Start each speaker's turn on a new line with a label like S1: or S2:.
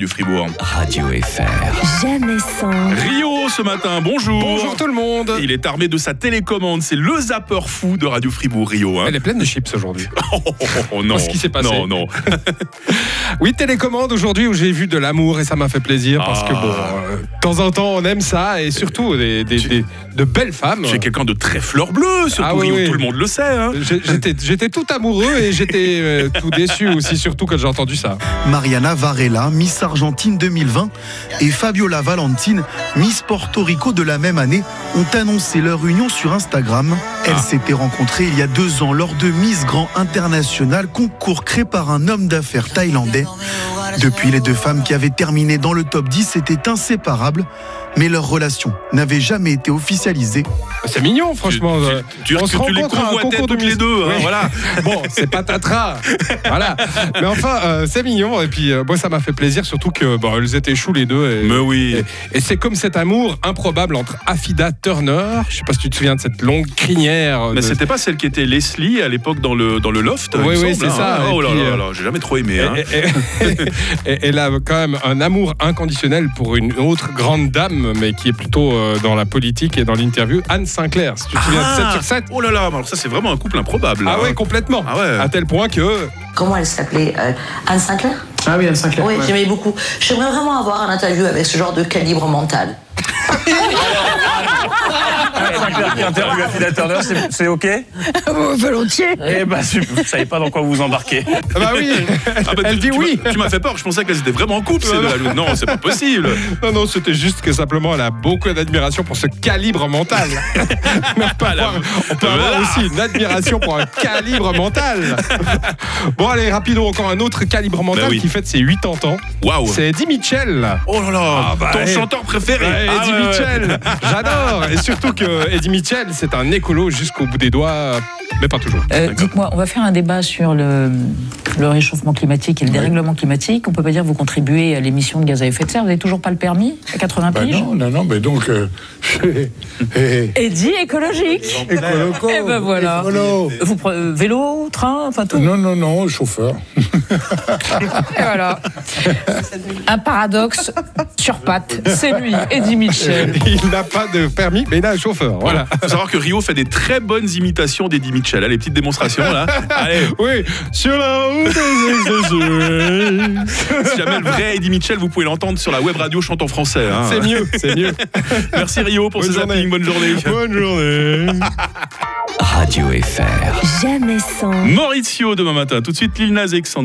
S1: du Fribourg.
S2: Radio FR.
S3: Jamais sans,
S1: Rio ce matin, bonjour.
S4: Bonjour tout le monde
S1: Il est armé de sa télécommande, c'est le zapper fou de Radio Fribourg Rio. hein.
S4: Elle est pleine de chips aujourd'hui.
S1: Oh, oh, oh, non.
S4: Qu'est-ce qui s'est passé Euh.
S1: Non, non.
S4: Oui, télécommande aujourd'hui où j'ai vu de l'amour et ça m'a fait plaisir parce que
S1: Ah.
S4: bon, euh, de temps en temps on aime ça et surtout des, des-
S1: tu-
S4: des- de belles femmes.
S1: J'ai quelqu'un de très fleur bleue, surtout
S4: Ah oui,
S1: Rio,
S4: oui.
S1: tout le monde le sait. hein.
S4: J'ai- J'étais j'étais tout amoureux et j'étais euh, tout déçu aussi, surtout quand j'ai entendu ça.
S5: Mariana Varela, Miss Argentine 2020, et Fabiola Valentine, Miss Porto Rico de la même année, ont annoncé leur union sur Instagram. Elles s'étaient rencontrées il y a deux ans lors de Miss Grand International, concours créé par un homme d'affaires thaïlandais. Depuis, les deux femmes qui avaient terminé dans le top 10 étaient inséparables, mais leur relation n'avait jamais été officialisée.
S4: C'est mignon, franchement.
S1: Tu- tu-
S4: Euh,
S1: tu-
S4: on
S1: que
S4: se
S1: tu les
S4: rencontre à un
S1: convoitais
S4: concours de
S1: toutes les
S4: Miss-
S1: deux, hein,
S4: Oui.
S1: voilà.
S4: Bon, c'est pas tatras. voilà. Mais enfin, euh, c'est mignon. Et puis, euh, moi, ça m'a fait plaisir, surtout que bon, elles étaient chou les deux. Et,
S1: Mais oui.
S4: Et, et c'est comme cet amour improbable entre Afida Turner, je sais pas si tu te souviens de cette longue crinière. euh,
S1: Mais
S4: de-
S1: c'était pas celle qui était Leslie à l'époque dans le, dans le loft
S4: Oui,
S1: il semble,
S4: oui, c'est
S1: hein.
S4: ça.
S1: Oh
S4: Et
S1: là
S4: puis,
S1: là
S4: euh,
S1: là, j'ai jamais trop aimé. hein.
S4: et, et- et- et elle a quand même un amour inconditionnel pour une autre grande dame, mais qui est plutôt euh, dans la politique et dans l'interview, Anne Sinclair. Si tu te souviens de 7
S1: Ah
S4: sur 7
S1: Oh là là, alors ça c'est vraiment un couple improbable.
S4: Ah
S1: hein.
S4: ouais, complètement.
S1: Ah ouais.
S4: À tel point que
S6: Comment elle s'appelait euh, Anne Sinclair
S7: Ah oui, Anne Sinclair.
S6: Oui,
S7: ouais.
S6: j'aimais beaucoup. J'aimerais vraiment avoir un interview avec ce genre de calibre mental.
S8: Qui interview Afida Turner, c'est- c'est OK
S3: volontiers.
S8: Eh ben, je ne savais pas dans quoi vous embarquez.
S4: Ah bah oui,
S1: Ah bah,
S4: elle
S1: tu-
S4: dit
S1: tu
S4: oui.
S1: m'as- Tu m'as fait peur, je pensais qu'elles étaient vraiment en couple. ces
S4: Non,
S1: deux-là. Non, c'est pas possible.
S4: Non, non, c'était juste que simplement elle a beaucoup d'admiration pour ce calibre mental. Mais on peut avoir, on peut avoir
S1: Voilà.
S4: aussi une admiration pour un calibre mental. Bon, allez, rapido, encore un autre calibre mental
S1: Bah oui.
S4: qui fête ses 80 ans.
S1: Waouh.
S4: C'est Eddie Mitchell.
S1: Oh là là,
S4: Ah bah,
S1: ton
S4: hey.
S1: chanteur préféré.
S4: Ouais,
S1: Ah
S4: Eddie
S1: ouais, ouais.
S4: Mitchell, j'adore. Et surtout que Eddie Mitchell, c'est un écolo jusqu'au bout des doigts, mais pas toujours.
S1: Eh.
S9: Euh, Dites-moi, on va faire un débat sur le, le réchauffement climatique et le dérèglement climatique. On peut pas dire que vous contribuez à l'émission de gaz à effet de serre. Vous n'avez toujours pas le permis à 80
S10: Bah
S9: piges
S10: non, non, non, mais donc. euh, et-
S9: Et dit écologique. Eh ben voilà.
S10: Écolo.
S9: Vous pre- euh, vélo, train, enfin tout.
S10: Non, non, non, chauffeur.
S9: Et voilà. Un paradoxe sur pattes. C'est lui, Eddie Mitchell.
S4: Il n'a pas de permis, mais il a un chauffeur. Voilà.
S1: Voilà. Faut savoir que Rio fait des très bonnes imitations d'Eddie Mitchell. hein, Allez, petite démonstration là. Allez,
S4: Oui, sur la route.
S1: si jamais le vrai Eddie Mitchell, vous pouvez l'entendre sur la web radio chante en français. hein.
S4: C'est mieux, c'est mieux.
S1: Merci Rio pour
S4: Bonne
S1: ce
S4: journée.
S1: zapping. Bonne journée.
S4: Bonne journée.
S2: Radio FR.
S3: Jamais sans.
S1: Maurizio demain matin. Tout de suite, Lil Nas X en